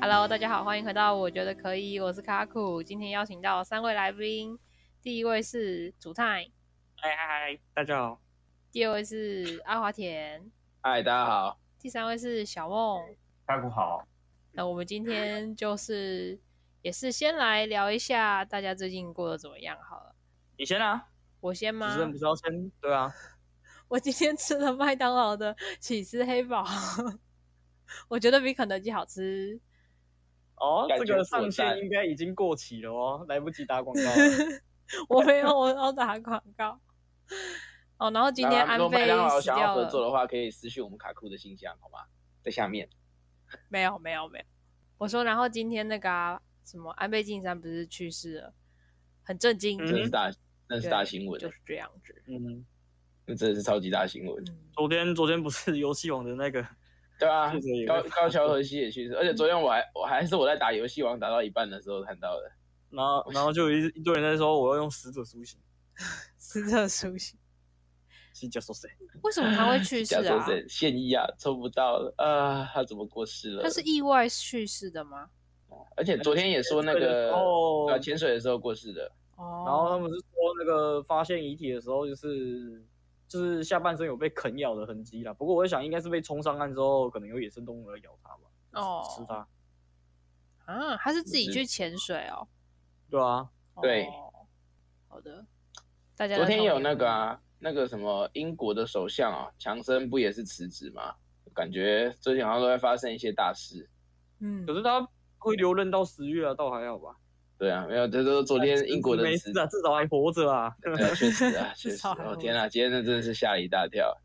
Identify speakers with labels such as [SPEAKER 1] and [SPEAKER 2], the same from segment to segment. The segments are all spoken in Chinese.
[SPEAKER 1] Hello，大家好，欢迎回到我觉得可以，我是卡酷。今天邀请到三位来宾，第一位是主太，
[SPEAKER 2] 嗨嗨嗨，大家好。
[SPEAKER 1] 第二位是阿华田，
[SPEAKER 3] 嗨，大家好。
[SPEAKER 1] 第三位是小梦。
[SPEAKER 4] 大家好。
[SPEAKER 1] 那我们今天就是也是先来聊一下大家最近过得怎么样好了。
[SPEAKER 2] 你先啊，
[SPEAKER 1] 我先吗
[SPEAKER 2] 主持？人不是要先？对啊，
[SPEAKER 1] 我今天吃了麦当劳的起司黑堡， 我觉得比肯德基好吃。
[SPEAKER 2] 哦，
[SPEAKER 3] 感
[SPEAKER 2] 这
[SPEAKER 3] 觉
[SPEAKER 2] 个
[SPEAKER 3] 是我
[SPEAKER 2] 上线
[SPEAKER 3] 在
[SPEAKER 2] 应该已经过期了哦，来不及打广告 了。
[SPEAKER 1] 我没有，我要打广告。哦，然后今天
[SPEAKER 3] 那如
[SPEAKER 1] 安
[SPEAKER 3] 果
[SPEAKER 1] 倍
[SPEAKER 3] 麦当劳
[SPEAKER 1] 死
[SPEAKER 3] 想要
[SPEAKER 1] 掉
[SPEAKER 3] 合作
[SPEAKER 1] 了，
[SPEAKER 3] 的话，可以私信我们卡库的信箱，好吗？在下面。
[SPEAKER 1] 没有没有没有。我说，然后今天那个、啊、什么安倍晋三不是去世了，很震惊，
[SPEAKER 2] 嗯
[SPEAKER 3] 真的是大，真的是大
[SPEAKER 1] 对
[SPEAKER 3] 新闻
[SPEAKER 1] 就，是这样子。
[SPEAKER 2] 嗯，
[SPEAKER 3] 那真的是超级大新闻。
[SPEAKER 1] 嗯，
[SPEAKER 2] 昨天昨天不是游戏网的那个，
[SPEAKER 3] 对啊
[SPEAKER 2] 确实也，
[SPEAKER 3] 高
[SPEAKER 2] 没
[SPEAKER 3] 高桥和希也去世，而且昨天我还我还是我在打游戏王打到一半的时候看到的。
[SPEAKER 2] 然后然后就有一一堆人在说我要用死者苏醒，
[SPEAKER 1] 死者苏 醒，
[SPEAKER 2] 是叫说谁？
[SPEAKER 1] 为什么他会去世
[SPEAKER 3] 假说
[SPEAKER 1] 啊？
[SPEAKER 3] 是现役啊，抽不到了啊，他怎么过世了
[SPEAKER 1] 他？是意外去世的吗？
[SPEAKER 3] 而且昨天也说那个
[SPEAKER 2] 哦
[SPEAKER 3] 呃潜水的时候过世的，
[SPEAKER 1] 哦，
[SPEAKER 2] 然后他们是说那个发现遗体的时候，就是就是下半身有被啃咬的痕迹啦。不过我在想，应该是被冲上岸之后，可能有野生动物来咬它吧，
[SPEAKER 1] 哦
[SPEAKER 2] 吃它。
[SPEAKER 1] 啊，他是自己
[SPEAKER 3] 是
[SPEAKER 1] 去潜水哦。
[SPEAKER 2] 对啊，
[SPEAKER 3] 嗯对
[SPEAKER 1] 哦，好的，大家
[SPEAKER 3] 昨
[SPEAKER 1] 在
[SPEAKER 3] 天
[SPEAKER 1] 同
[SPEAKER 3] 有
[SPEAKER 1] 一
[SPEAKER 3] 那
[SPEAKER 1] 个
[SPEAKER 3] 个啊，那个什么英国的首相啊，强森不也是辞职吗？感觉最近好像都在发生一些大事。
[SPEAKER 1] 嗯
[SPEAKER 2] 可，是它会留任到十月啊，倒还好吧。
[SPEAKER 3] 对啊，没有，这都是昨天英国的
[SPEAKER 2] 没
[SPEAKER 3] 辞
[SPEAKER 2] 事啊，至少还活着啊。
[SPEAKER 3] 对，确实啊，确
[SPEAKER 1] 至
[SPEAKER 3] 实，
[SPEAKER 1] 少还
[SPEAKER 3] 哦
[SPEAKER 1] 活
[SPEAKER 3] 天啊，今天那真的是吓了一大跳。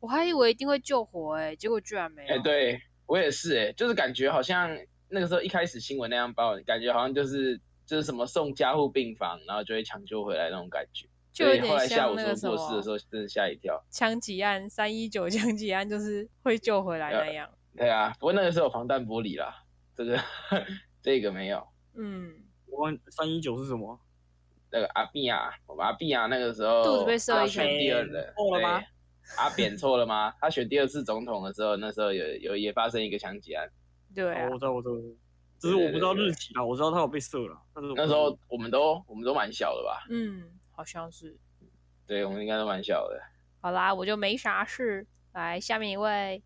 [SPEAKER 1] 我还以为一定会救活哎、结果居然没有。
[SPEAKER 3] 哎、对我也是、哎，就是感觉好像那个时候一开始新闻那样报，感觉好像就是就是什么送加护病房，然后就会抢救回来那种感觉。
[SPEAKER 1] 就
[SPEAKER 3] 所
[SPEAKER 1] 有
[SPEAKER 3] 以后来
[SPEAKER 1] 点
[SPEAKER 3] 下
[SPEAKER 1] 像
[SPEAKER 3] 午
[SPEAKER 1] 那
[SPEAKER 3] 说
[SPEAKER 1] 个什
[SPEAKER 3] 过世的时
[SPEAKER 1] 么
[SPEAKER 3] 候，真的吓一跳。
[SPEAKER 1] 枪击案三一九枪击案，就是会救回来那样。
[SPEAKER 3] 对啊，不过那个时候有防弹玻璃啦，这个 这个没有。
[SPEAKER 1] 嗯，
[SPEAKER 2] 我问三一九是什么？
[SPEAKER 3] 那个阿碧亚，我们阿碧啊亚那个时候
[SPEAKER 1] 肚子被射
[SPEAKER 3] 他
[SPEAKER 1] 一
[SPEAKER 3] 选
[SPEAKER 1] 拳
[SPEAKER 3] 第二的，
[SPEAKER 2] 错了吗
[SPEAKER 3] 对？阿扁错了吗？他选第二次总统的时候，那时候有有也发生一个枪击案，
[SPEAKER 1] 对啊
[SPEAKER 2] 哦，我，知道，我知道，我知道只是我不知道日期啦，我知道他有被射了，但是我不
[SPEAKER 3] 那
[SPEAKER 2] 知
[SPEAKER 3] 时
[SPEAKER 2] 道
[SPEAKER 3] 候我们都我们都蛮小的吧？
[SPEAKER 1] 嗯，好像是。
[SPEAKER 3] 对，我们应该都蛮小的。
[SPEAKER 1] 好啦，我就没啥事。来，下面一位，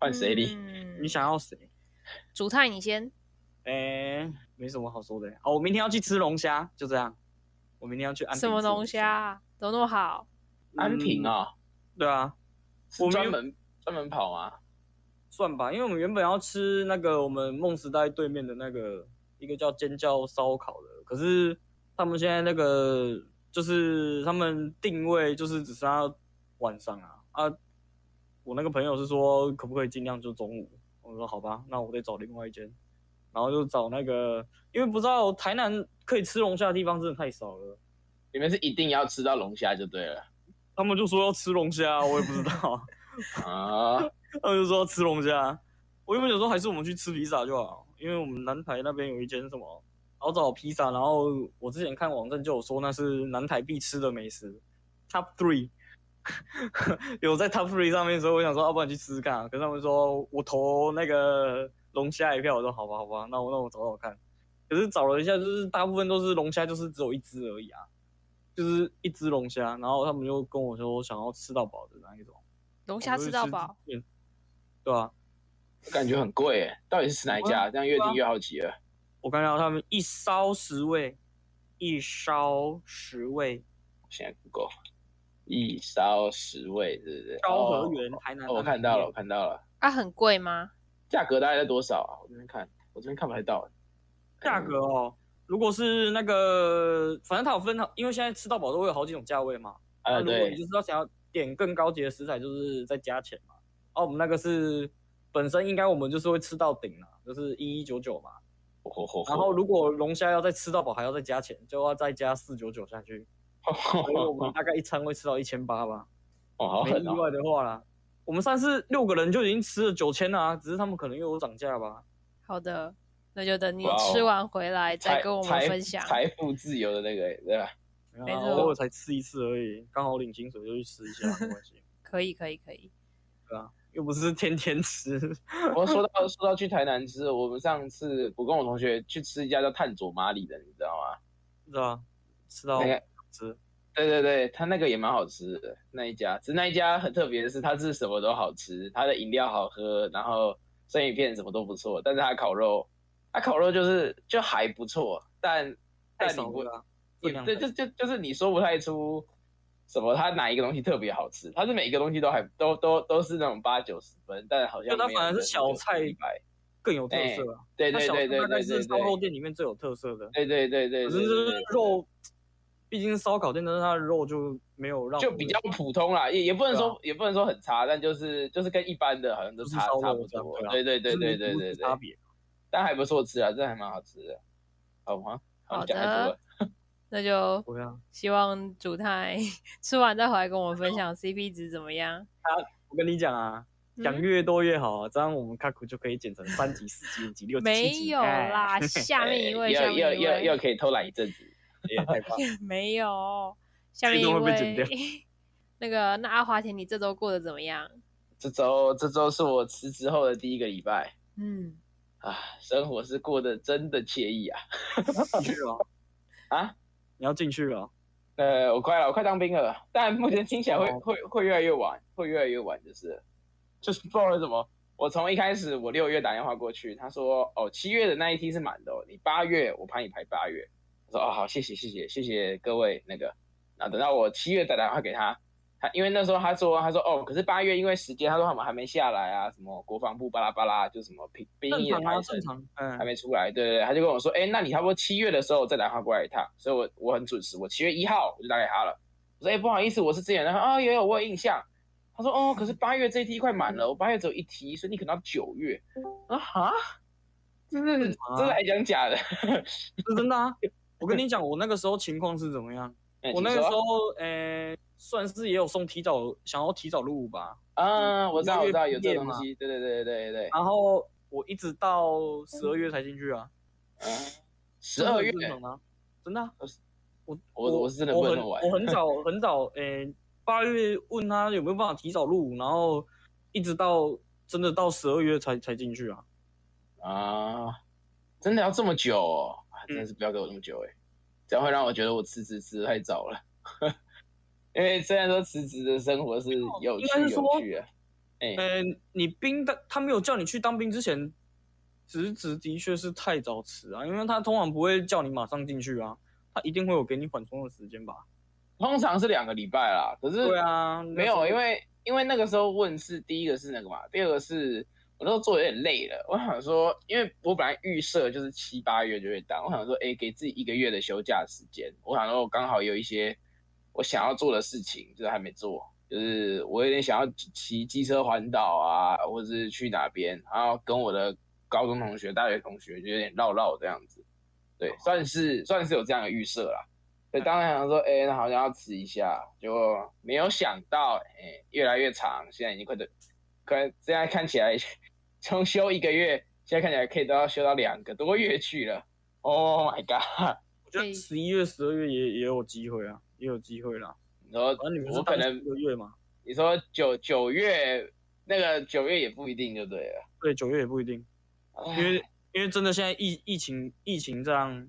[SPEAKER 3] 换 谁哩？
[SPEAKER 1] 嗯
[SPEAKER 2] 你想要谁？
[SPEAKER 1] 主太，你先。
[SPEAKER 2] 哎、没什么好说的。哦，我明天要去吃龙虾，就这样。我明天要去安平
[SPEAKER 1] 什么
[SPEAKER 2] 吃龙
[SPEAKER 1] 龙虾啊？怎么那么好？
[SPEAKER 3] 安平？啊、
[SPEAKER 2] 嗯对啊，
[SPEAKER 3] 是
[SPEAKER 2] 我们
[SPEAKER 3] 专
[SPEAKER 2] 有
[SPEAKER 3] 门专门跑吗？
[SPEAKER 2] 算吧，因为我们原本要吃那个我们梦时代对面的那个一个叫尖叫烧烤的，可是他们现在那个就是他们定位就是只剩下晚上啊啊！我那个朋友是说可不可以尽量就中午，我说好吧，那我得找另外一间，然后就找那个，因为不知道台南可以吃龙虾的地方真的太少了，
[SPEAKER 3] 你们是一定要吃到龙虾就对了
[SPEAKER 2] 他们就说要吃龙虾，我也不知道。
[SPEAKER 3] 啊！
[SPEAKER 2] 他们就说要吃龙虾，我原本想说还是我们去吃披萨就好，因为我们南台那边有一间什么好找披萨，然后我之前看网站就有说那是南台必吃的美食，Top Three，有在 Top Three 上面，所以我想说要不然去吃吃看、啊，可是他们说我投那个龙虾一票，我说好吧好吧，那我那我找找看，可是找了一下，就是大部分都是龙虾，就是只有一只而已啊。就是一只龙虾，然后他们就跟我说想要吃到饱的那一种，
[SPEAKER 1] 龙虾吃到饱，
[SPEAKER 2] 我就是吃，对啊，
[SPEAKER 3] 感觉很贵耶，到底是吃哪一家？这样越
[SPEAKER 2] 对啊
[SPEAKER 3] 听越好奇了。
[SPEAKER 2] 我看到他们一烧十位，一烧十位，
[SPEAKER 3] 现在 Google 一烧十味，对不对？
[SPEAKER 2] 烧河源、台南、
[SPEAKER 3] 哦，哦我看到了，我，看到了。
[SPEAKER 1] 啊，很贵吗？
[SPEAKER 3] 价格大概在多少啊？我这边看，我这边看不太到。嗯
[SPEAKER 2] 价格哦。如果是那个，反正它有分，因为现在吃到饱都会有好几种价位嘛。
[SPEAKER 3] 呃，
[SPEAKER 2] 啊那如果你
[SPEAKER 3] 对，
[SPEAKER 2] 就是要想要点更高级的食材，就是再加钱嘛。哦、我们那个是本身应该我们就是会吃到顶啦，就是一一九九嘛。
[SPEAKER 3] 哦火火
[SPEAKER 2] 然后如果龙虾要再吃到饱，还要再加钱，就要再加四九九下去。所以我们大概一餐会吃到一千八吧。
[SPEAKER 3] 哦，好
[SPEAKER 2] 没
[SPEAKER 3] 狠
[SPEAKER 2] 意
[SPEAKER 3] 哦！
[SPEAKER 2] 外的话啦，我们上次六个人就已经吃了九千了啊，只是他们可能又有涨价吧。
[SPEAKER 1] 好的，那就等你
[SPEAKER 3] 哇哦
[SPEAKER 1] 吃完回来再跟我们
[SPEAKER 3] 财
[SPEAKER 1] 分享。
[SPEAKER 3] 财富自由的那个，对吧？
[SPEAKER 2] 没
[SPEAKER 1] 没
[SPEAKER 2] 有啊
[SPEAKER 1] 错
[SPEAKER 2] 偶尔才吃一次而已，刚好领薪水就去吃一下，没关系。
[SPEAKER 1] 可以，可以，可以。
[SPEAKER 2] 对啊，又不是天天吃。
[SPEAKER 3] 我说 到说到去台南吃，我们上次我跟我同学去吃一家叫探佐麻里的，你知道吗？
[SPEAKER 2] 是啊，吃到
[SPEAKER 3] 那个
[SPEAKER 2] 吃，
[SPEAKER 3] 对对对，他那个也蛮好吃的那一家，只是那一家很特别的是，它是什么都好吃，它的饮料好喝，然后生鱼片什么都不错，但是它的烤肉，它烤肉就是就还不错，但
[SPEAKER 2] 太
[SPEAKER 3] 但你
[SPEAKER 2] 少
[SPEAKER 3] 不
[SPEAKER 2] 了啊，
[SPEAKER 3] 也
[SPEAKER 2] 分量
[SPEAKER 3] 对，
[SPEAKER 2] 太
[SPEAKER 3] 就就就是你说不太出什么，它哪一个东西特别好吃，它是每一个东西都还都都都是那种八九十分，但好像
[SPEAKER 2] 就它
[SPEAKER 3] 没有
[SPEAKER 2] 反而是
[SPEAKER 3] 那
[SPEAKER 2] 小
[SPEAKER 3] 种90
[SPEAKER 2] 菜
[SPEAKER 3] 100
[SPEAKER 2] 更有特
[SPEAKER 3] 哎
[SPEAKER 2] 色啊。
[SPEAKER 3] 对
[SPEAKER 2] 它
[SPEAKER 3] 对
[SPEAKER 2] 小
[SPEAKER 3] 对
[SPEAKER 2] 菜
[SPEAKER 3] 对
[SPEAKER 2] 大
[SPEAKER 3] 对
[SPEAKER 2] 概
[SPEAKER 3] 对
[SPEAKER 2] 是
[SPEAKER 3] 对
[SPEAKER 2] 烧肉店里面最有特色的，
[SPEAKER 3] 对对对对，
[SPEAKER 2] 可是
[SPEAKER 3] 对
[SPEAKER 2] 就是
[SPEAKER 3] 对
[SPEAKER 2] 肉，毕竟是烧烤店，但是它的肉就没有让
[SPEAKER 3] 就
[SPEAKER 2] 我
[SPEAKER 3] 比较普通啦，也也不能
[SPEAKER 2] 对啊
[SPEAKER 3] 说、也不能说很差，但就是就是跟一般的好像都
[SPEAKER 2] 就是
[SPEAKER 3] 差
[SPEAKER 2] 烧
[SPEAKER 3] 差
[SPEAKER 2] 肉
[SPEAKER 3] 不
[SPEAKER 2] 这样
[SPEAKER 3] 多
[SPEAKER 2] 对。啊
[SPEAKER 3] 对对对
[SPEAKER 2] 就是
[SPEAKER 3] 对
[SPEAKER 2] 没
[SPEAKER 3] 对
[SPEAKER 2] 不
[SPEAKER 3] 对
[SPEAKER 2] 是差
[SPEAKER 3] 对，
[SPEAKER 2] 别。
[SPEAKER 3] 但还不错吃啊，这还蛮好吃的。好吗？好
[SPEAKER 1] 好
[SPEAKER 3] 像讲太多
[SPEAKER 1] 的
[SPEAKER 3] 了。，
[SPEAKER 1] 那就
[SPEAKER 2] 对啊，
[SPEAKER 1] 希望主太 吃完再回来跟我们分享 CP 值怎么样。
[SPEAKER 2] 我跟你讲啊，讲
[SPEAKER 1] 嗯、
[SPEAKER 2] 越多越好啊，这样我们卡苦就可以剪成三级、四级、五级、六级、七
[SPEAKER 1] 没
[SPEAKER 2] 级。
[SPEAKER 1] 有
[SPEAKER 2] 哎，
[SPEAKER 1] 啦，下面 一
[SPEAKER 3] 哎
[SPEAKER 1] 位，
[SPEAKER 3] 又
[SPEAKER 1] 下
[SPEAKER 3] 又
[SPEAKER 1] 面一
[SPEAKER 3] 又又
[SPEAKER 1] 位，
[SPEAKER 3] 可以偷懒一阵子。
[SPEAKER 2] 也太棒了！
[SPEAKER 1] 没有，下面
[SPEAKER 2] 这
[SPEAKER 1] 一
[SPEAKER 2] 一段会被剪掉
[SPEAKER 1] 位。 那个，那阿华田，你这周过得怎么样？
[SPEAKER 3] 这周这周是我辞职后的第一个礼拜
[SPEAKER 1] 嗯，
[SPEAKER 3] 啊，生活是过得真的惬意啊
[SPEAKER 2] 进去了，
[SPEAKER 3] 啊！
[SPEAKER 2] 你要进去了，
[SPEAKER 3] 呃，我快了，我快当兵了，但目前听起来会
[SPEAKER 2] 哦
[SPEAKER 3] 会会越来越晚，会越来越晚，就是了就是不知道为什么，我从一开始我六月打电话过去，他说哦七月的那一梯是满的、哦，你八月我帮你排八月，我说哦好谢谢谢谢谢谢各位那个，然后等到我七月打电话给他，他因为那时候他说他说哦可是八月因为时间他说他们还没下来啊，什么国防部巴拉巴拉就什么兵兵
[SPEAKER 2] 正
[SPEAKER 3] 役的
[SPEAKER 2] 常啊，
[SPEAKER 3] 排程
[SPEAKER 2] 正常。嗯
[SPEAKER 3] 还，没出来，对对对，他就跟我说，哎、那你差不多七月的时候再打电话过来一趟，所以我我很准时，我七月一号我就打给他了，我说，哎、不好意思，我是之前的，他说啊、有有我有印象，他说，哦，可是八月这一梯快满了，我八月只有一梯，所以你可能要九月，啊哈，这是
[SPEAKER 2] 啊
[SPEAKER 3] 这是还讲假的，
[SPEAKER 2] 是真的啊。我跟你讲，我那个时候情况是怎么样？
[SPEAKER 3] 哎
[SPEAKER 2] 我那个
[SPEAKER 3] 请
[SPEAKER 2] 时
[SPEAKER 3] 说
[SPEAKER 2] 候，呃，算是也有送提早，想要提早入伍吧。
[SPEAKER 3] 嗯，我知道我知道有这个东
[SPEAKER 2] 毕
[SPEAKER 3] 西，对对对对对对，
[SPEAKER 2] 然后我一直到十二月才进去啊，
[SPEAKER 3] 十二月
[SPEAKER 2] 这很正常啊，真的啊、我
[SPEAKER 3] 我我是真的
[SPEAKER 2] 我
[SPEAKER 3] 不
[SPEAKER 2] 很
[SPEAKER 3] 能那么晚
[SPEAKER 2] 我很早很早，诶、八月问他有没有办法提早入伍，然后一直到真的到十二月才才进去啊。
[SPEAKER 3] 啊，真的要这么久哦，
[SPEAKER 2] 嗯
[SPEAKER 3] 啊真的是不要给我这么久哎、这样会让我觉得我辞职辞得太早了。 因为虽然说辞职的生活是有
[SPEAKER 2] 应该
[SPEAKER 3] 趣
[SPEAKER 2] 是说
[SPEAKER 3] 有趣的，哎、
[SPEAKER 2] 呃，你兵的他没有叫你去当兵之前，辞职的确是太早辞啊，因为他通常不会叫你马上进去啊，他一定会有给你缓冲的时间吧？
[SPEAKER 3] 通常是两个礼拜啦，可是
[SPEAKER 2] 对啊，
[SPEAKER 3] 嗯没有，因为因为那个时候问是第一个是那个嘛，第二个是我那时候做得有点累了，我想说，因为我本来预设就是七八月就会当，我想说，哎、给自己一个月的休假时间，我想说我刚好有一些我想要做的事情，就是还没做，就是我有点想要骑机车环岛啊，或者是去哪边，然后跟我的高中同学、大学同学就有点绕绕这样子，对，算是算是有这样的预设啦。对，当然想说，哎、那好像要吃一下，结果没有想到，哎、越来越长，现在已经快得，快现在看起来从休一个月，现在看起来可以都要休到两个多月去了。Oh my god！
[SPEAKER 2] 我觉
[SPEAKER 1] 可以
[SPEAKER 2] 得十一月、十二月也也有机会啊，也有机会啦。
[SPEAKER 3] 你说
[SPEAKER 2] 啊反正你们是
[SPEAKER 3] 我可
[SPEAKER 2] 当
[SPEAKER 3] 能
[SPEAKER 2] 一个月嘛，
[SPEAKER 3] 你说九九月那个九月也不一定就对了，
[SPEAKER 2] 对，九月也不一定，因为因为真的现在疫疫情疫情这样，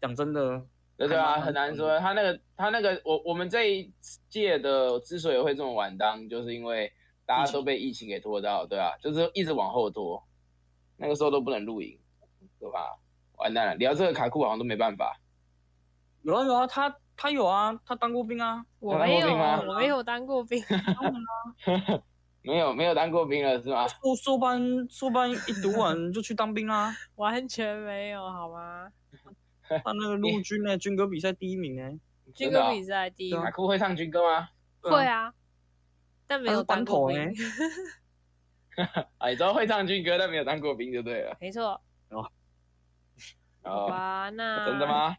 [SPEAKER 2] 讲真的，
[SPEAKER 3] 对对
[SPEAKER 2] 还
[SPEAKER 3] 啊，
[SPEAKER 2] 蛮
[SPEAKER 3] 很难说。他那个他那个我我们这一届的之所以会这么晚当，就是因为大家都被疫情给拖到，对啊，就是一直往后拖。那个时候都不能露营，对吧？完蛋了，聊这个卡库好像都没办法。
[SPEAKER 2] 有啊有啊，他他有啊，他当过兵啊，
[SPEAKER 1] 我
[SPEAKER 3] 有当
[SPEAKER 1] 没
[SPEAKER 3] 过
[SPEAKER 1] 有
[SPEAKER 3] 兵
[SPEAKER 1] 啊，
[SPEAKER 3] 吗
[SPEAKER 1] 我没有当过兵。
[SPEAKER 3] 没有没有当过兵了是吗？
[SPEAKER 2] 硕硕班硕班一读完就去当兵啊啦、
[SPEAKER 1] 完全没有，好吗？
[SPEAKER 2] 他那个陆军呢、军歌比赛第一名呢、
[SPEAKER 1] 军
[SPEAKER 3] 真的
[SPEAKER 1] 歌
[SPEAKER 3] 啊
[SPEAKER 1] 比赛第一
[SPEAKER 2] 对
[SPEAKER 3] 卡库会唱军歌吗？
[SPEAKER 2] 对
[SPEAKER 1] 会，啊，但没
[SPEAKER 2] 他
[SPEAKER 1] 有
[SPEAKER 2] 是欸
[SPEAKER 1] 当
[SPEAKER 2] 班
[SPEAKER 1] 过
[SPEAKER 2] 头
[SPEAKER 1] 兵
[SPEAKER 2] 呢。
[SPEAKER 3] 啊，你知道会唱军歌，但没有当过兵就对了。
[SPEAKER 1] 没错，好
[SPEAKER 3] 哦，
[SPEAKER 1] 吧，那
[SPEAKER 3] 真的？吗？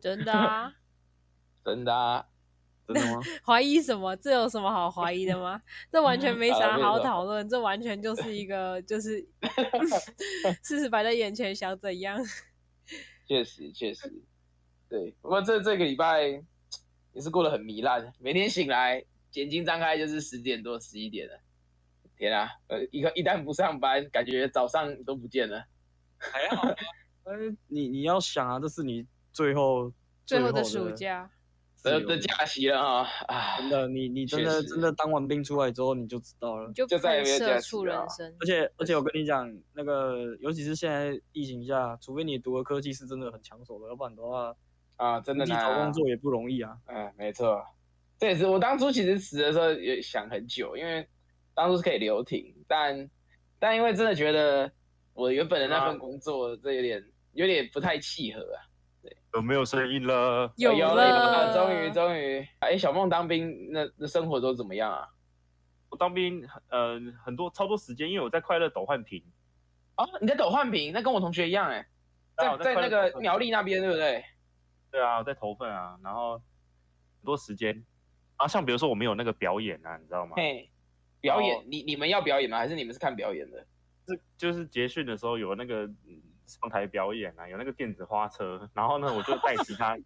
[SPEAKER 1] 真的啊，
[SPEAKER 3] 真的啊，
[SPEAKER 2] 真的吗？
[SPEAKER 1] 怀疑什么？这有什么好怀疑的吗？这完全 没啥
[SPEAKER 3] 啊没
[SPEAKER 1] 好
[SPEAKER 3] 有
[SPEAKER 1] 讨论，这完全就是一个就是 事 实摆在眼前，想怎样？
[SPEAKER 3] 确实确实，对。不过这这个礼拜也是过得很糜烂，每天醒来眼睛张开就是十点多十一点了，天啊，呃，一个一旦不上班，感觉早上都不见了。
[SPEAKER 2] 还 好啊。呃，你你要想啊，这是你最后
[SPEAKER 1] 最
[SPEAKER 2] 后
[SPEAKER 1] 后的暑，假，
[SPEAKER 3] 的的假期了啊啊！
[SPEAKER 2] 真的，你你真的
[SPEAKER 3] 确实
[SPEAKER 2] 真的当完兵出来之后你就知道了
[SPEAKER 1] 你。就
[SPEAKER 3] 就
[SPEAKER 1] 不
[SPEAKER 3] 再也
[SPEAKER 1] 能
[SPEAKER 3] 没有假
[SPEAKER 1] 社
[SPEAKER 3] 期
[SPEAKER 1] 畜
[SPEAKER 3] 了啊
[SPEAKER 1] 人生
[SPEAKER 2] 而。且而且我跟你讲，那个尤其是现在疫情下，除非你读的科技是真的很抢手的，要不然的话，
[SPEAKER 3] 啊，真的
[SPEAKER 2] 自己
[SPEAKER 3] 难、
[SPEAKER 2] 找
[SPEAKER 3] 啊
[SPEAKER 2] 工。作也不容易啊。
[SPEAKER 3] 嗯，没错，这也是我当初其实辞的时候也想很久，因为当初是可以留停，但但因为真的觉得我原本的那份
[SPEAKER 2] 啊
[SPEAKER 3] 工作，这有点有点不太契合啊。
[SPEAKER 4] 有呃没有声音了？
[SPEAKER 1] 有
[SPEAKER 3] 有
[SPEAKER 1] 了，
[SPEAKER 3] 终于终于，哎、小梦当兵那那生活都怎么样啊？
[SPEAKER 4] 我当兵，呃，很多超多时间，因为我在快乐斗焕平，
[SPEAKER 3] 哦，你在斗焕平，那跟我同学一样哎、
[SPEAKER 4] 啊
[SPEAKER 3] 在
[SPEAKER 4] 我在
[SPEAKER 3] 在
[SPEAKER 4] 快
[SPEAKER 3] 那
[SPEAKER 4] 乐斗
[SPEAKER 3] 个
[SPEAKER 4] 焕
[SPEAKER 3] 苗
[SPEAKER 4] 平
[SPEAKER 3] 栗那边对不对？
[SPEAKER 4] 对啊，我在投份啊，然后很多时间啊，像比如说我们有那个表演啊，你知道吗？
[SPEAKER 3] 嘿，表演，
[SPEAKER 4] 哦
[SPEAKER 3] 你你们要表演吗？还是你们是看表演的？
[SPEAKER 4] 是就是结训的时候有那个嗯上台表演啊，有那个电子花车，然后呢我就带吉他带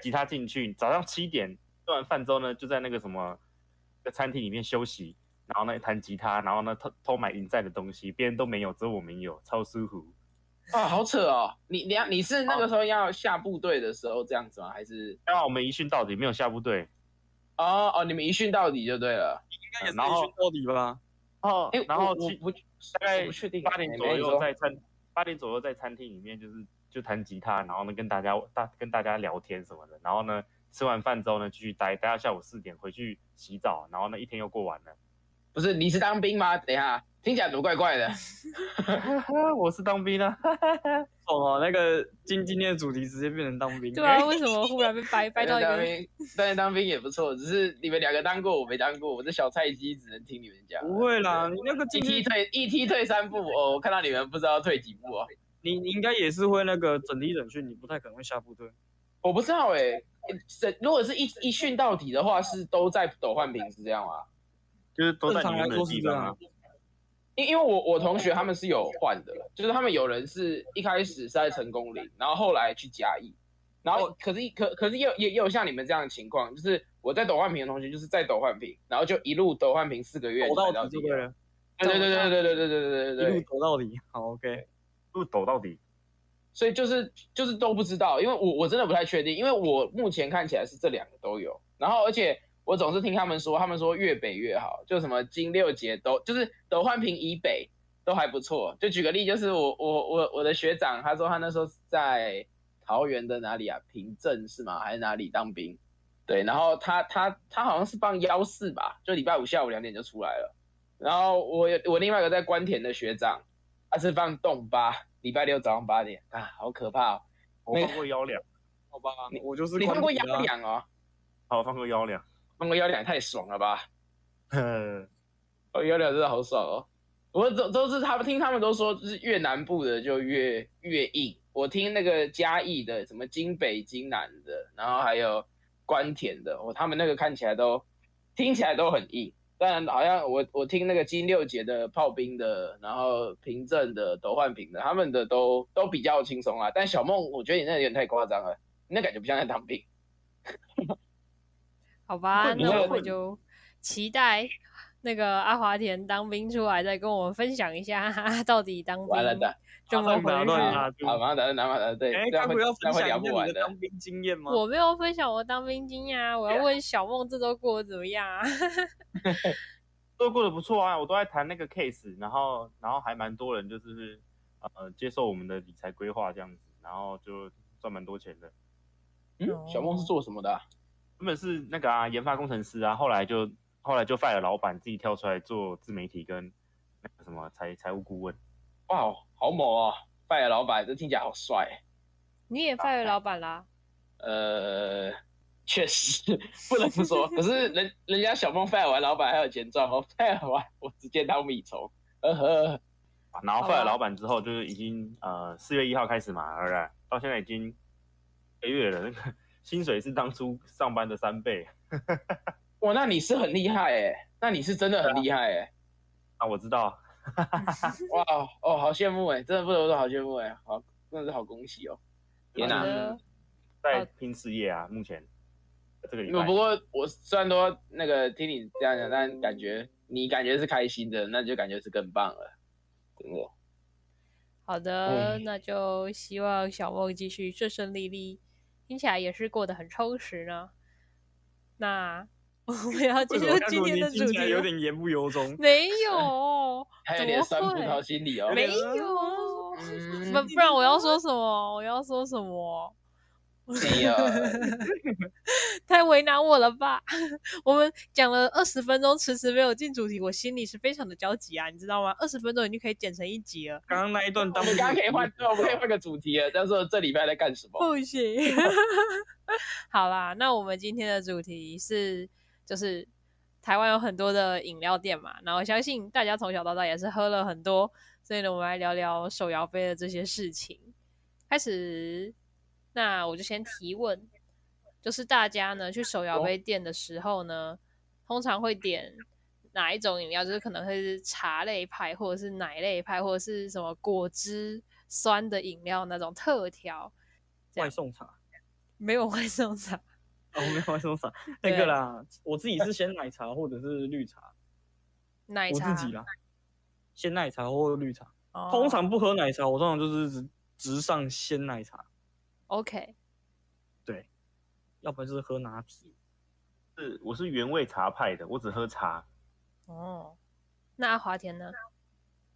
[SPEAKER 4] 吉他进去，早上七点吃完饭之后呢，就在那个什么在餐厅里面休息，然后呢弹吉他，然后呢偷偷买银寨的东西，别人都没有，只有我们有，超舒服。
[SPEAKER 3] 啊，好扯哦！你你要你是那个时候要下部队的时候这样子吗？还是
[SPEAKER 4] 刚好我们一训到底，没有下部队。
[SPEAKER 3] 哦哦，你们一训到底就对了。
[SPEAKER 2] 应该也是
[SPEAKER 4] 然后
[SPEAKER 2] 一训到底吧？
[SPEAKER 4] 然后
[SPEAKER 3] 哎、
[SPEAKER 4] 哦然后
[SPEAKER 3] 我我不
[SPEAKER 4] 七大概
[SPEAKER 3] 我不确定哎
[SPEAKER 4] 八
[SPEAKER 2] 哎
[SPEAKER 4] 点左右在
[SPEAKER 3] 在
[SPEAKER 4] 餐八点左右在餐厅里面就是就弹吉他，然后呢跟大家大跟大家聊天什么的，然后呢吃完饭之后呢继续待待到下午四点回去洗澡，然后呢一天又过完了。
[SPEAKER 3] 不是你是当兵吗？等一下，听起来怎么怪怪的？
[SPEAKER 4] 我是当兵啊，
[SPEAKER 2] 哦，那个今今天的主题直接变成当 兵。哎
[SPEAKER 1] 对啊，为什么忽然被 掰掰到一
[SPEAKER 3] 当
[SPEAKER 1] 个？
[SPEAKER 3] 兵，但是当兵也不错，只是你们两个当过，我没当过，我这小菜鸡只能听你们讲。
[SPEAKER 2] 不会啦，你那个
[SPEAKER 3] 一
[SPEAKER 2] 进去，
[SPEAKER 3] 梯退一梯退三步哦，我看到你们不知道退几步哦。
[SPEAKER 2] 你你应该也是会那个整体整训，你不太可能会下部队。
[SPEAKER 3] 我不知道哎、欸，这如果是一一训到底的话，是都在斗换平是这样吗？
[SPEAKER 4] 就是都在
[SPEAKER 2] 正常
[SPEAKER 4] 你原
[SPEAKER 2] 来
[SPEAKER 4] 本的
[SPEAKER 2] 说是
[SPEAKER 4] 地
[SPEAKER 2] 这
[SPEAKER 4] 方
[SPEAKER 2] 样
[SPEAKER 4] 啊
[SPEAKER 2] 啊。。
[SPEAKER 3] 因因为我我同学他们是有换的，就是他们有人是一开始是在成功岭，然后后来去嘉义，然后可是可可是也有也也有像你们这样的情况，就是我在斗焕平的同学就是在斗焕平，然后就一路斗焕平四个月
[SPEAKER 2] 抖
[SPEAKER 3] 来
[SPEAKER 2] 到底就
[SPEAKER 3] 这
[SPEAKER 2] 对
[SPEAKER 3] 个，
[SPEAKER 2] 了，
[SPEAKER 3] 对对对对对对对对
[SPEAKER 2] 一
[SPEAKER 3] 对
[SPEAKER 2] 路
[SPEAKER 3] 对对，
[SPEAKER 2] 抖到底。好，OK。
[SPEAKER 4] 就抖到底，
[SPEAKER 3] 所以就是就是都不知道，因为我我真的不太确定，因为我目前看起来是这两个都有，然后而且。我总是听他们说，他们说越北越好，就什么金六节都就是斗焕平以北都还不错。就举个例，就是我我我我的学长，他说他那时候是在桃园的哪里啊，平镇是吗？还是哪里当兵？对，然后他他他好像是帮幺四吧，就礼拜五下午两点就出来了。然后我有我另外一个在关田的学长，他是放洞八，礼拜六早上八点啊，好可怕哦！
[SPEAKER 4] 我放过腰两，
[SPEAKER 2] 好吧，我就是
[SPEAKER 3] 你放过
[SPEAKER 2] 关
[SPEAKER 3] 幺
[SPEAKER 2] 底的啊，
[SPEAKER 3] 两哦，
[SPEAKER 4] 好我放过腰 两，
[SPEAKER 3] 放过幺两太爽了吧？
[SPEAKER 4] 呵
[SPEAKER 3] 哦，幺两真的好爽哦！我都都是他们听他们都说，就是越南部的就越越硬。我听那个嘉义的，什么京北、京南的，然后还有关田的，哦，他们那个看起来都听起来都很硬。但好像我我听那个金六杰的炮兵的，然后平镇的斗焕平的，他们的都都比较轻松啊。但小梦，我觉得你那有点太夸张了，你那感觉不像在当兵。
[SPEAKER 1] 好吧，
[SPEAKER 3] 你
[SPEAKER 1] 那
[SPEAKER 3] 会
[SPEAKER 1] 我们就期待那个阿华田当兵出来，再跟我们分享一下他到底当
[SPEAKER 3] 完了
[SPEAKER 1] 兵
[SPEAKER 3] 的，啊
[SPEAKER 1] 怎么回
[SPEAKER 2] 马上
[SPEAKER 1] 事
[SPEAKER 2] 打乱。啦
[SPEAKER 3] 好，马上打算打算打算对，
[SPEAKER 2] 嗯啊哎，
[SPEAKER 3] 这
[SPEAKER 2] 该
[SPEAKER 3] 样
[SPEAKER 2] 不
[SPEAKER 3] 会
[SPEAKER 2] 会要
[SPEAKER 3] 这
[SPEAKER 2] 分
[SPEAKER 3] 样会
[SPEAKER 2] 享
[SPEAKER 3] 聊
[SPEAKER 2] 一
[SPEAKER 3] 不
[SPEAKER 2] 下你
[SPEAKER 3] 完
[SPEAKER 2] 的
[SPEAKER 3] 的。嗯
[SPEAKER 2] 当兵经验吗？
[SPEAKER 1] 我没有分享我当兵经验啊，我要问小梦这周过得怎么样啊？
[SPEAKER 4] 都过得不错啊，我都在谈那个 case，然后然后还蛮多人就是呃接受我们的理财规划这样子，然后就赚蛮多钱的。
[SPEAKER 3] 嗯，小
[SPEAKER 2] 哦
[SPEAKER 3] 梦是做什么的啊、
[SPEAKER 4] 原本是那个啊研发工程师啊，后来就后来就 fire 了老板，自己跳出来做自媒体跟那个什么财财务顾问。
[SPEAKER 3] 哇，好猛哦！拜尔老板，这听起来好帅。
[SPEAKER 1] 你也发给老板啦，
[SPEAKER 3] 呃，确实不能不说，可是人人家小梦拜尔完老板还有钱赚，我拜尔完我直接当米虫。呃呵，
[SPEAKER 4] 啊然后
[SPEAKER 1] 好
[SPEAKER 4] fire
[SPEAKER 1] 啊
[SPEAKER 4] 老板之后，就是已经呃四月一号开始嘛，对不对？到现在已经一个月了，那个薪水是当初上班的三倍。
[SPEAKER 3] 哇，那你是很厉害哎、那你是真的很厉害哎、
[SPEAKER 4] 啊，我知道，
[SPEAKER 3] 哇哦，好羡慕哎、真的不得不说好羡慕哎、好，真的是好恭喜哦！天哪、嗯
[SPEAKER 1] 好的
[SPEAKER 4] 在
[SPEAKER 1] 好
[SPEAKER 4] 拼事业啊，目前这个礼
[SPEAKER 3] 嗯不
[SPEAKER 4] 拜
[SPEAKER 3] 不过我虽然说那个听你这样讲，但感觉你感觉是开心的，那就感觉是更棒了，真的。
[SPEAKER 1] 好的，
[SPEAKER 3] 嗯
[SPEAKER 1] 那就希望小梦继续顺顺利利，听起来也是过得很充实呢。那 我们要进
[SPEAKER 2] 为什
[SPEAKER 1] 入
[SPEAKER 2] 么
[SPEAKER 1] 今天的
[SPEAKER 2] 听
[SPEAKER 1] 主
[SPEAKER 2] 起来
[SPEAKER 1] 题
[SPEAKER 2] 有
[SPEAKER 1] 了，
[SPEAKER 2] 点言不由 衷？
[SPEAKER 1] 没有，
[SPEAKER 3] 还有
[SPEAKER 1] 怎
[SPEAKER 3] 点
[SPEAKER 1] 么
[SPEAKER 3] 酸葡
[SPEAKER 1] 会
[SPEAKER 3] 萄心理哦，
[SPEAKER 1] 没
[SPEAKER 2] 有
[SPEAKER 1] 有，
[SPEAKER 3] 嗯
[SPEAKER 1] 不不然我要说什么？我要说什么？
[SPEAKER 3] 没有，
[SPEAKER 1] 太为难我了吧？ 我们讲了二十分钟，迟迟没有进主题，我心里是非常的焦急啊，你知道吗？二十分钟已经可以剪成一集了，
[SPEAKER 2] 刚刚那一段
[SPEAKER 3] 我
[SPEAKER 2] 当
[SPEAKER 3] 们
[SPEAKER 2] 兵
[SPEAKER 3] 刚刚可以换，对，我们可以换个主题了。但是这礼拜在干什么？
[SPEAKER 1] 不行。好啦，那我们今天的主题是，就是台湾有很多的饮料店嘛，然后相信大家从小到大也是喝了很多，所以呢，我们来聊聊手摇杯的这些事情。开始，那我就先提问，就是大家呢去手摇杯店的时候呢，通常会点哪一种饮料？就是可能会是茶类派，或者是奶类派，或者是什么果汁酸的饮料那种特调。这样
[SPEAKER 2] 外送茶。
[SPEAKER 1] 没有外送茶，
[SPEAKER 2] 哦，没有外送茶，那个啦，我自己是鲜奶茶或者是绿茶，
[SPEAKER 1] 奶
[SPEAKER 2] 我
[SPEAKER 1] 茶
[SPEAKER 2] 自己啦，鲜奶茶或绿茶。
[SPEAKER 1] 哦
[SPEAKER 2] 通常不喝奶茶，我通常就是直直上鲜奶茶，
[SPEAKER 1] OK
[SPEAKER 2] 对，要不然就是喝拿铁。
[SPEAKER 4] 是我是原味茶派的，我只喝茶。
[SPEAKER 1] 哦。那华田呢？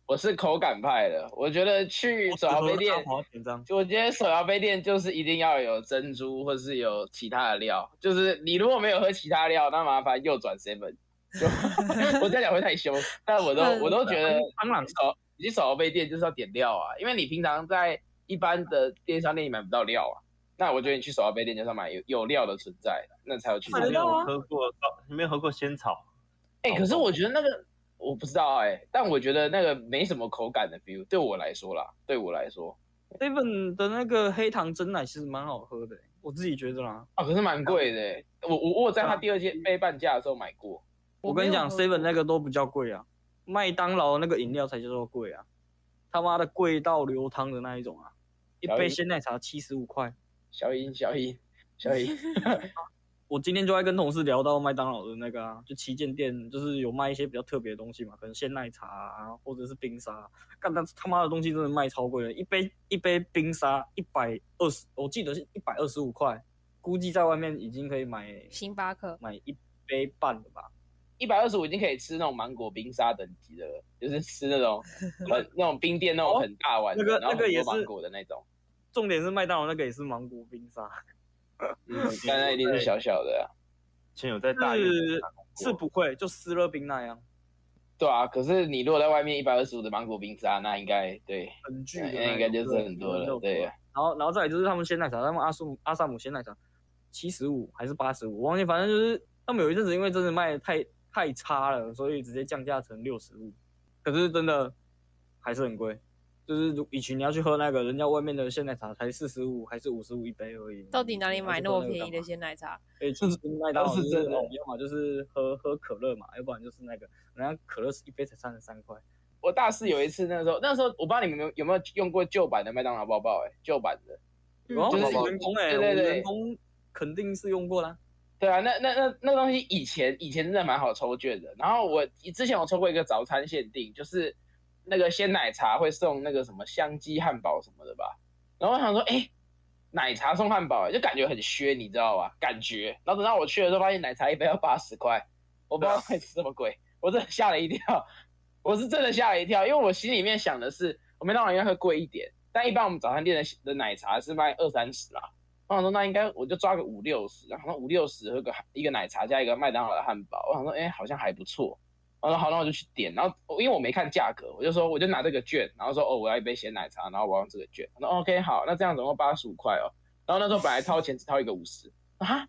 [SPEAKER 3] 我是口感派的，我觉得去
[SPEAKER 2] 我只
[SPEAKER 3] 手摇
[SPEAKER 2] 哦喝
[SPEAKER 3] 杯
[SPEAKER 2] 阿
[SPEAKER 3] 店，
[SPEAKER 2] 华田这样，
[SPEAKER 3] 就我觉得手摇杯店就是一定要有珍珠，或是有其他的料。就是你如果没有喝其他料，那麻烦右转 seven。就 我这样讲会太凶，但我都我都觉得
[SPEAKER 2] 当然
[SPEAKER 3] 手你去手摇杯店就是要点料啊，因为你平常在一般的电商店你买不到料啊。那我觉得你去手摇杯店就是要买有有料的存在，那才有去
[SPEAKER 2] 买
[SPEAKER 4] 你
[SPEAKER 2] 得
[SPEAKER 4] 没
[SPEAKER 2] 到
[SPEAKER 4] 有
[SPEAKER 2] 啊
[SPEAKER 4] 喝过，你没有喝过仙草？哦
[SPEAKER 3] 哎、可是我觉得那个我不知道哎、但我觉得那个没什么口感的 feel，对我来说啦，对我来说
[SPEAKER 2] seven 的那个黑糖真奶其实蛮好喝的、欸我自己觉得啦。
[SPEAKER 3] 啊，可是蛮贵的、欸。我我我有在他
[SPEAKER 2] 啊
[SPEAKER 3] 第二件被半价的时候买过，
[SPEAKER 2] 我跟你讲
[SPEAKER 1] 没有喝过
[SPEAKER 2] ，seven 那个都比较贵啊，麦当劳那个饮料才叫做贵啊，他妈的贵到流汤的那一种啊，一
[SPEAKER 3] 小
[SPEAKER 2] 杯
[SPEAKER 3] 饮
[SPEAKER 2] 鲜奶茶七十五块。
[SPEAKER 3] 小英小英小 英，
[SPEAKER 2] 我今天就在跟同事聊到麦当劳的那个啊，就旗舰店，就是有卖一些比较特别的东西嘛，可能鲜奶茶啊，或者是冰沙、啊。干，但是他妈的东西真的卖超贵了，一杯一杯冰沙一百二十，我记得是一百二十五块，估计在外面已经可以买
[SPEAKER 1] 星巴克
[SPEAKER 2] 买一杯半了吧。
[SPEAKER 3] 一百二十五已经可以吃那种芒果冰沙等级的了，就是吃那 种很那种冰店那种很大碗的，
[SPEAKER 2] 哦那个
[SPEAKER 3] 然后
[SPEAKER 2] 那个
[SPEAKER 3] 很
[SPEAKER 2] 也
[SPEAKER 3] 多
[SPEAKER 2] 是
[SPEAKER 3] 芒果的 那种，
[SPEAKER 2] 重点是麦当劳那个也是芒果冰沙，
[SPEAKER 3] 嗯，但那一定是小小的、啊，
[SPEAKER 4] 以前有在大院
[SPEAKER 2] 是
[SPEAKER 4] 打工过
[SPEAKER 2] 是不会，就斯乐冰那样，
[SPEAKER 3] 对啊。可是你如果在外面一百二十五的芒果冰沙，那应该对
[SPEAKER 2] 很巨的
[SPEAKER 3] 那
[SPEAKER 2] 种
[SPEAKER 3] 那应该就是很多了，对啊。
[SPEAKER 2] 然后然后再来就是他们鲜奶茶，他们阿苏阿萨姆鲜奶茶七十五还是八十五，我忘记，反正就是他们有一阵子因为真的卖的太太差了，所以直接降价成六十五。可是真的还是很贵，就是如以前你要去喝那个人家外面的鲜奶茶才四十五还是五十五一杯而已。
[SPEAKER 1] 到底哪里买那
[SPEAKER 2] 那
[SPEAKER 1] 么便宜的鲜奶茶？
[SPEAKER 2] 哎，就是麦当劳
[SPEAKER 3] 是
[SPEAKER 2] 就是
[SPEAKER 3] 真的
[SPEAKER 2] 哦要么就是喝喝可乐嘛，要不然就是那个人家可乐是一杯才三十三块。
[SPEAKER 3] 我大四有一次，那时候那时候我不知道你们有没有有没有用过旧版的麦当劳包包、欸，旧版的，
[SPEAKER 1] 嗯
[SPEAKER 2] 然后我
[SPEAKER 3] 就是
[SPEAKER 2] 们员工哎，
[SPEAKER 3] 对
[SPEAKER 2] 我
[SPEAKER 3] 对
[SPEAKER 2] 们
[SPEAKER 3] 对
[SPEAKER 2] 员工肯定是用过 啦。
[SPEAKER 3] 对啊，那那那那东西以前以前真的蛮好抽券的。然后我之前我抽过一个早餐限定，就是那个鲜奶茶会送那个什么香鸡汉堡什么的吧。然后我想说，哎、奶茶送汉堡、欸就感觉很削，你知道吧？感觉。然后等到我去的时候，发现奶茶一杯要八十块，我不知道会吃这么贵，我真的吓了一跳。我是真的吓了一跳，因为我心里面想的是，我麦当劳应该会贵一点，但一般我们早餐店的的奶茶是卖二三十啦。啊我想说那应该我就抓个五六十，然后五六十喝个一个奶茶加一个麦当劳的汉堡，我想说哎、诶好像还不错，然后好那我就去点，然后因为我没看价格，我就说我就拿这个券，然后说哦我要一杯鲜奶茶，然后我要这个券，他说 OK 好，那这样总共八十五块哦，然后那时候本来掏钱只掏一个五十啊，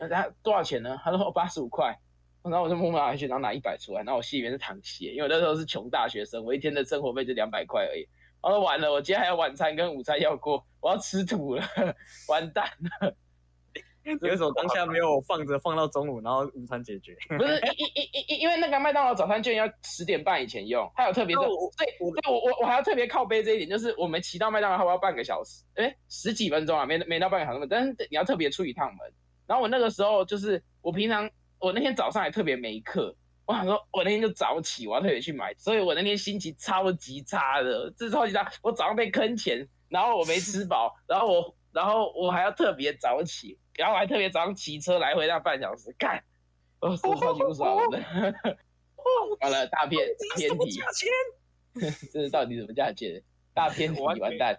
[SPEAKER 3] 那他多少钱呢？他说哦八十五块。然后我就默默拿去，然后拿一百出来，然后我心里面是淌血，因为我那时候是穷大学生，我一天的生活费就两百块而已。然后完了，我今天还有晚餐跟午餐要过，我要吃土了，完蛋了。
[SPEAKER 2] 有一 种当下没有放着，放到中午，然后午餐解决。
[SPEAKER 3] 不是因因因因因为那个麦当劳早餐券要十点半以前用，它有特别的，
[SPEAKER 2] 那
[SPEAKER 3] 所
[SPEAKER 2] 我
[SPEAKER 3] 以
[SPEAKER 2] 我
[SPEAKER 3] 对我我我还要特别靠背这一点，就是我们骑到麦当劳还要半个小时，哎，十几分钟啊，没没到半个小时，但是你要特别出一趟门。然后我那个时候就是我平常我那天早上还特别没课，我想说，我那天就早起，我要特别去买，所以我那天心情超级差的，这超级差。我早上被坑钱，然后我没吃饱，然后我，然后我还要特别早起，然后我还特别早上骑车来回那半小时，干，哦，真的超级不爽的。好了，大偏大 偏题， 这是到底什么价钱？大偏题，
[SPEAKER 4] 我完全
[SPEAKER 3] 完蛋。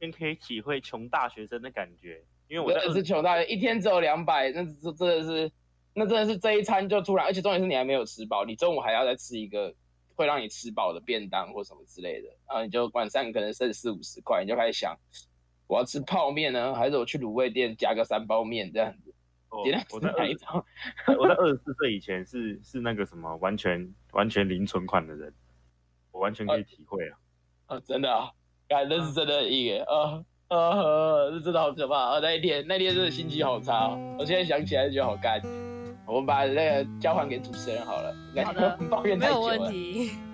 [SPEAKER 4] 边可以体会穷大学生的感觉，因为我在
[SPEAKER 3] 真的是穷到一天只有两百，那这真的是，那真的是这一餐就突然，而且重点是你还没有吃饱，你中午还要再吃一个会让你吃饱的便当或什么之类的，然后你就晚上可能剩四五十块，你就开始想，我要吃泡面呢，还是我去卤味店加个三包面这样子？
[SPEAKER 4] 我
[SPEAKER 3] 尽量
[SPEAKER 4] 哦我
[SPEAKER 3] 吃
[SPEAKER 4] 在
[SPEAKER 3] 哪一种？
[SPEAKER 4] 我在二十四岁以前是是那个什么完全完全零存款的人，我完全可以
[SPEAKER 3] 呃
[SPEAKER 4] 体会啊。
[SPEAKER 3] 哦，真的啊，感那是
[SPEAKER 1] 嗯
[SPEAKER 3] 真的很硬耶，啊啊啊，这真的好可怕啊！那一天那一天真的心情好差哦，我现在想起来就觉得好干。我们把那个交还给主持人好了，来
[SPEAKER 1] 好的，
[SPEAKER 3] 抱怨
[SPEAKER 1] 没
[SPEAKER 3] 太
[SPEAKER 1] 有
[SPEAKER 3] 久
[SPEAKER 1] 问
[SPEAKER 3] 了。
[SPEAKER 1] 题。